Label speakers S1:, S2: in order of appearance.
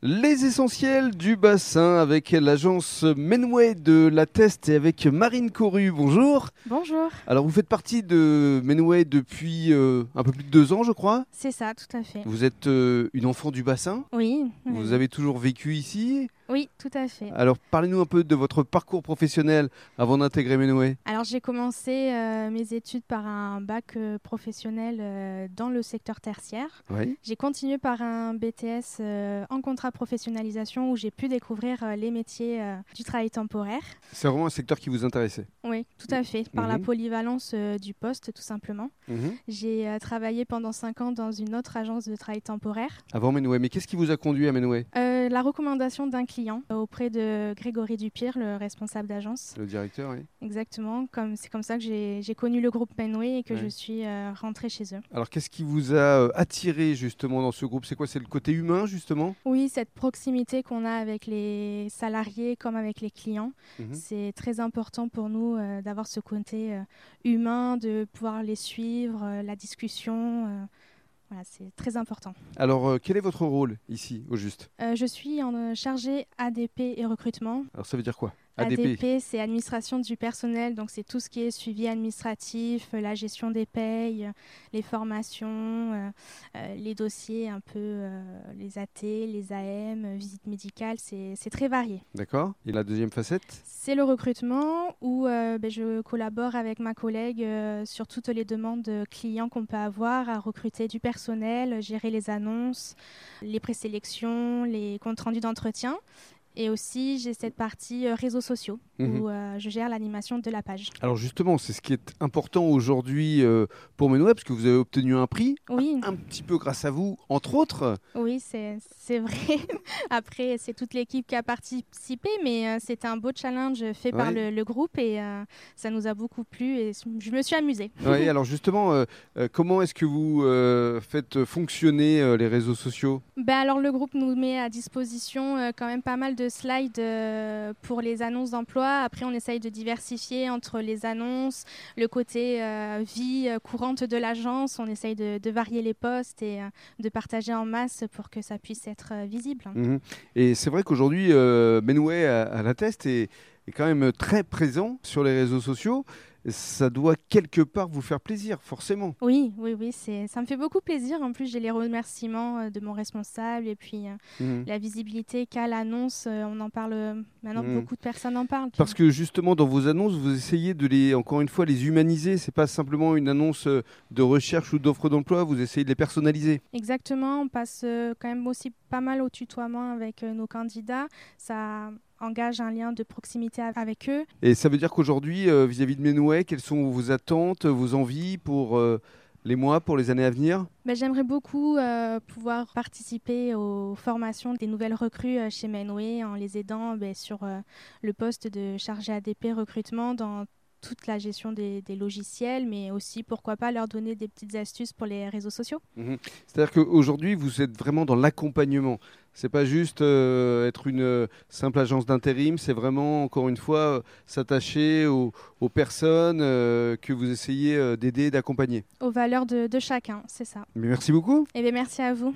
S1: Les essentiels du bassin avec l'agence Menway de la Teste et avec Marine Coru. Bonjour.
S2: Bonjour,
S1: Alors, vous faites partie de Menway depuis euh, un peu plus de deux ans, je crois.
S2: c'est ça, tout à fait.
S1: Vous êtes euh, une enfant du bassin.
S2: Oui, oui,
S1: Vous avez Ah. toujours vécu ici.
S2: oui, tout à fait.
S1: Alors, parlez-nous un peu de votre parcours professionnel avant d'intégrer Menway.
S2: Alors j'ai commencé euh, mes études par un bac euh, professionnel euh, dans le secteur tertiaire.
S1: Oui.
S2: J'ai continué par un BTS euh, en contrat professionnalisation où j'ai pu découvrir euh, les métiers euh, du travail temporaire.
S1: C'est vraiment un secteur qui vous intéressait.
S2: Oui, tout à fait, par la
S1: Mhm.
S2: polyvalence euh, du poste tout simplement. J'ai euh, travaillé pendant 5 ans dans une autre agence de travail temporaire.
S1: Avant Menway, mais qu'est-ce qui vous a conduit à Menway
S2: Euh, la recommandation d'un client euh, auprès de Grégory Dupire, le responsable d'agence.
S1: Le directeur, oui.
S2: Exactement, comme c'est comme ça que j'ai j'ai connu le groupe Manway et que
S1: Ouais.
S2: je suis euh, rentrée chez eux.
S1: Alors, qu'est-ce qui vous a euh, attiré justement dans ce groupe C'est quoi C'est le côté humain justement
S2: Oui, cette proximité qu'on a avec les salariés comme avec les clients,
S1: Mhm.
S2: c'est très important pour nous euh, d'avoir ce côté euh, humain, de pouvoir les suivre, euh, la discussion. euh, voilà, c'est très important.
S1: Alors, euh, quel est votre rôle ici, au juste
S2: Euh, je suis en euh, chargée ADP et recrutement.
S1: Alors, ça veut dire quoi
S2: ADP, c'est administration du personnel, donc c'est tout ce qui est suivi administratif, euh, la gestion des payes, euh, les formations, euh, euh, les dossiers un peu, euh, les AT, les AM, euh, visite médicale, c'est c'est très varié.
S1: D'accord. Et la deuxième facette
S2: C'est le recrutement où euh, ben, je collabore avec ma collègue euh, sur toutes les demandes euh, clients qu'on peut avoir à recruter du personnel, gérer les annonces, les présélections, les comptes rendus d'entretien. Et aussi, j'ai cette partie euh, réseaux sociaux
S1: Mhm.
S2: où euh, je gère l'animation de la page.
S1: Alors, justement, c'est ce qui est important aujourd'hui euh, pour Menweb, parce que vous avez obtenu un prix,
S2: Oui,
S1: un petit peu grâce à vous, entre autres.
S2: oui, c'est c'est vrai. Après, c'est toute l'équipe qui a participé, mais euh, c'était un beau challenge fait par
S1: Ouais.
S2: le, le groupe et euh, ça nous a beaucoup plu et s- je me suis amusée.
S1: oui, alors justement, euh, euh, comment est-ce que vous euh, faites fonctionner euh, les réseaux sociaux
S2: Ben alors le groupe nous met à disposition euh, quand même pas mal de slides euh, pour les annonces d'emploi. Après, on essaye de diversifier entre les annonces, le côté euh, vie euh, courante de l'agence. On essaye de, de varier les postes et euh, de partager en masse pour que ça puisse être euh, visible.
S1: Mhm. Et c'est vrai qu'aujourd'hui, euh, Menway à, à la test est, est quand même très présent sur les réseaux sociaux. Ça doit quelque part vous faire plaisir, forcément.
S2: Oui, oui, oui, c'est, ça me fait beaucoup plaisir. En plus, j'ai les remerciements euh, de mon responsable et puis euh,
S1: Mhm.
S2: la visibilité qu'a l'annonce. euh, On en parle euh, maintenant,
S1: Mhm.
S2: beaucoup de personnes en parlent.
S1: Parce que justement, dans vos annonces, vous essayez de les, encore une fois, les humaniser. C'est pas simplement une annonce euh, de recherche ou d'offre d'emploi. Vous essayez de les personnaliser.
S2: Exactement, on passe euh, quand même aussi pas mal au tutoiement avec euh, nos candidats. Ça engage un lien de proximité a- avec eux.
S1: Et ça veut dire qu'aujourd'hui, euh, vis-à-vis de Menouet, quelles sont vos attentes, vos envies pour euh, les mois, pour les années à venir
S2: Ben, J'aimerais beaucoup euh, pouvoir participer aux formations des nouvelles recrues euh, chez Manway en les aidant ben, sur euh, le poste de chargé ADP recrutement dans toute la gestion des, des logiciels, mais aussi pourquoi pas leur donner des petites astuces pour les réseaux sociaux.
S1: C'est-à-dire qu'aujourd'hui, vous êtes vraiment dans l'accompagnement. C'est pas juste euh, être une euh, simple agence d'intérim. C'est vraiment, encore une fois, euh, s'attacher aux, aux personnes euh, que vous essayez euh, d'aider, d'accompagner.
S2: Aux valeurs de, de chacun, c'est ça.
S1: Mais merci beaucoup.
S2: Et bien merci à vous.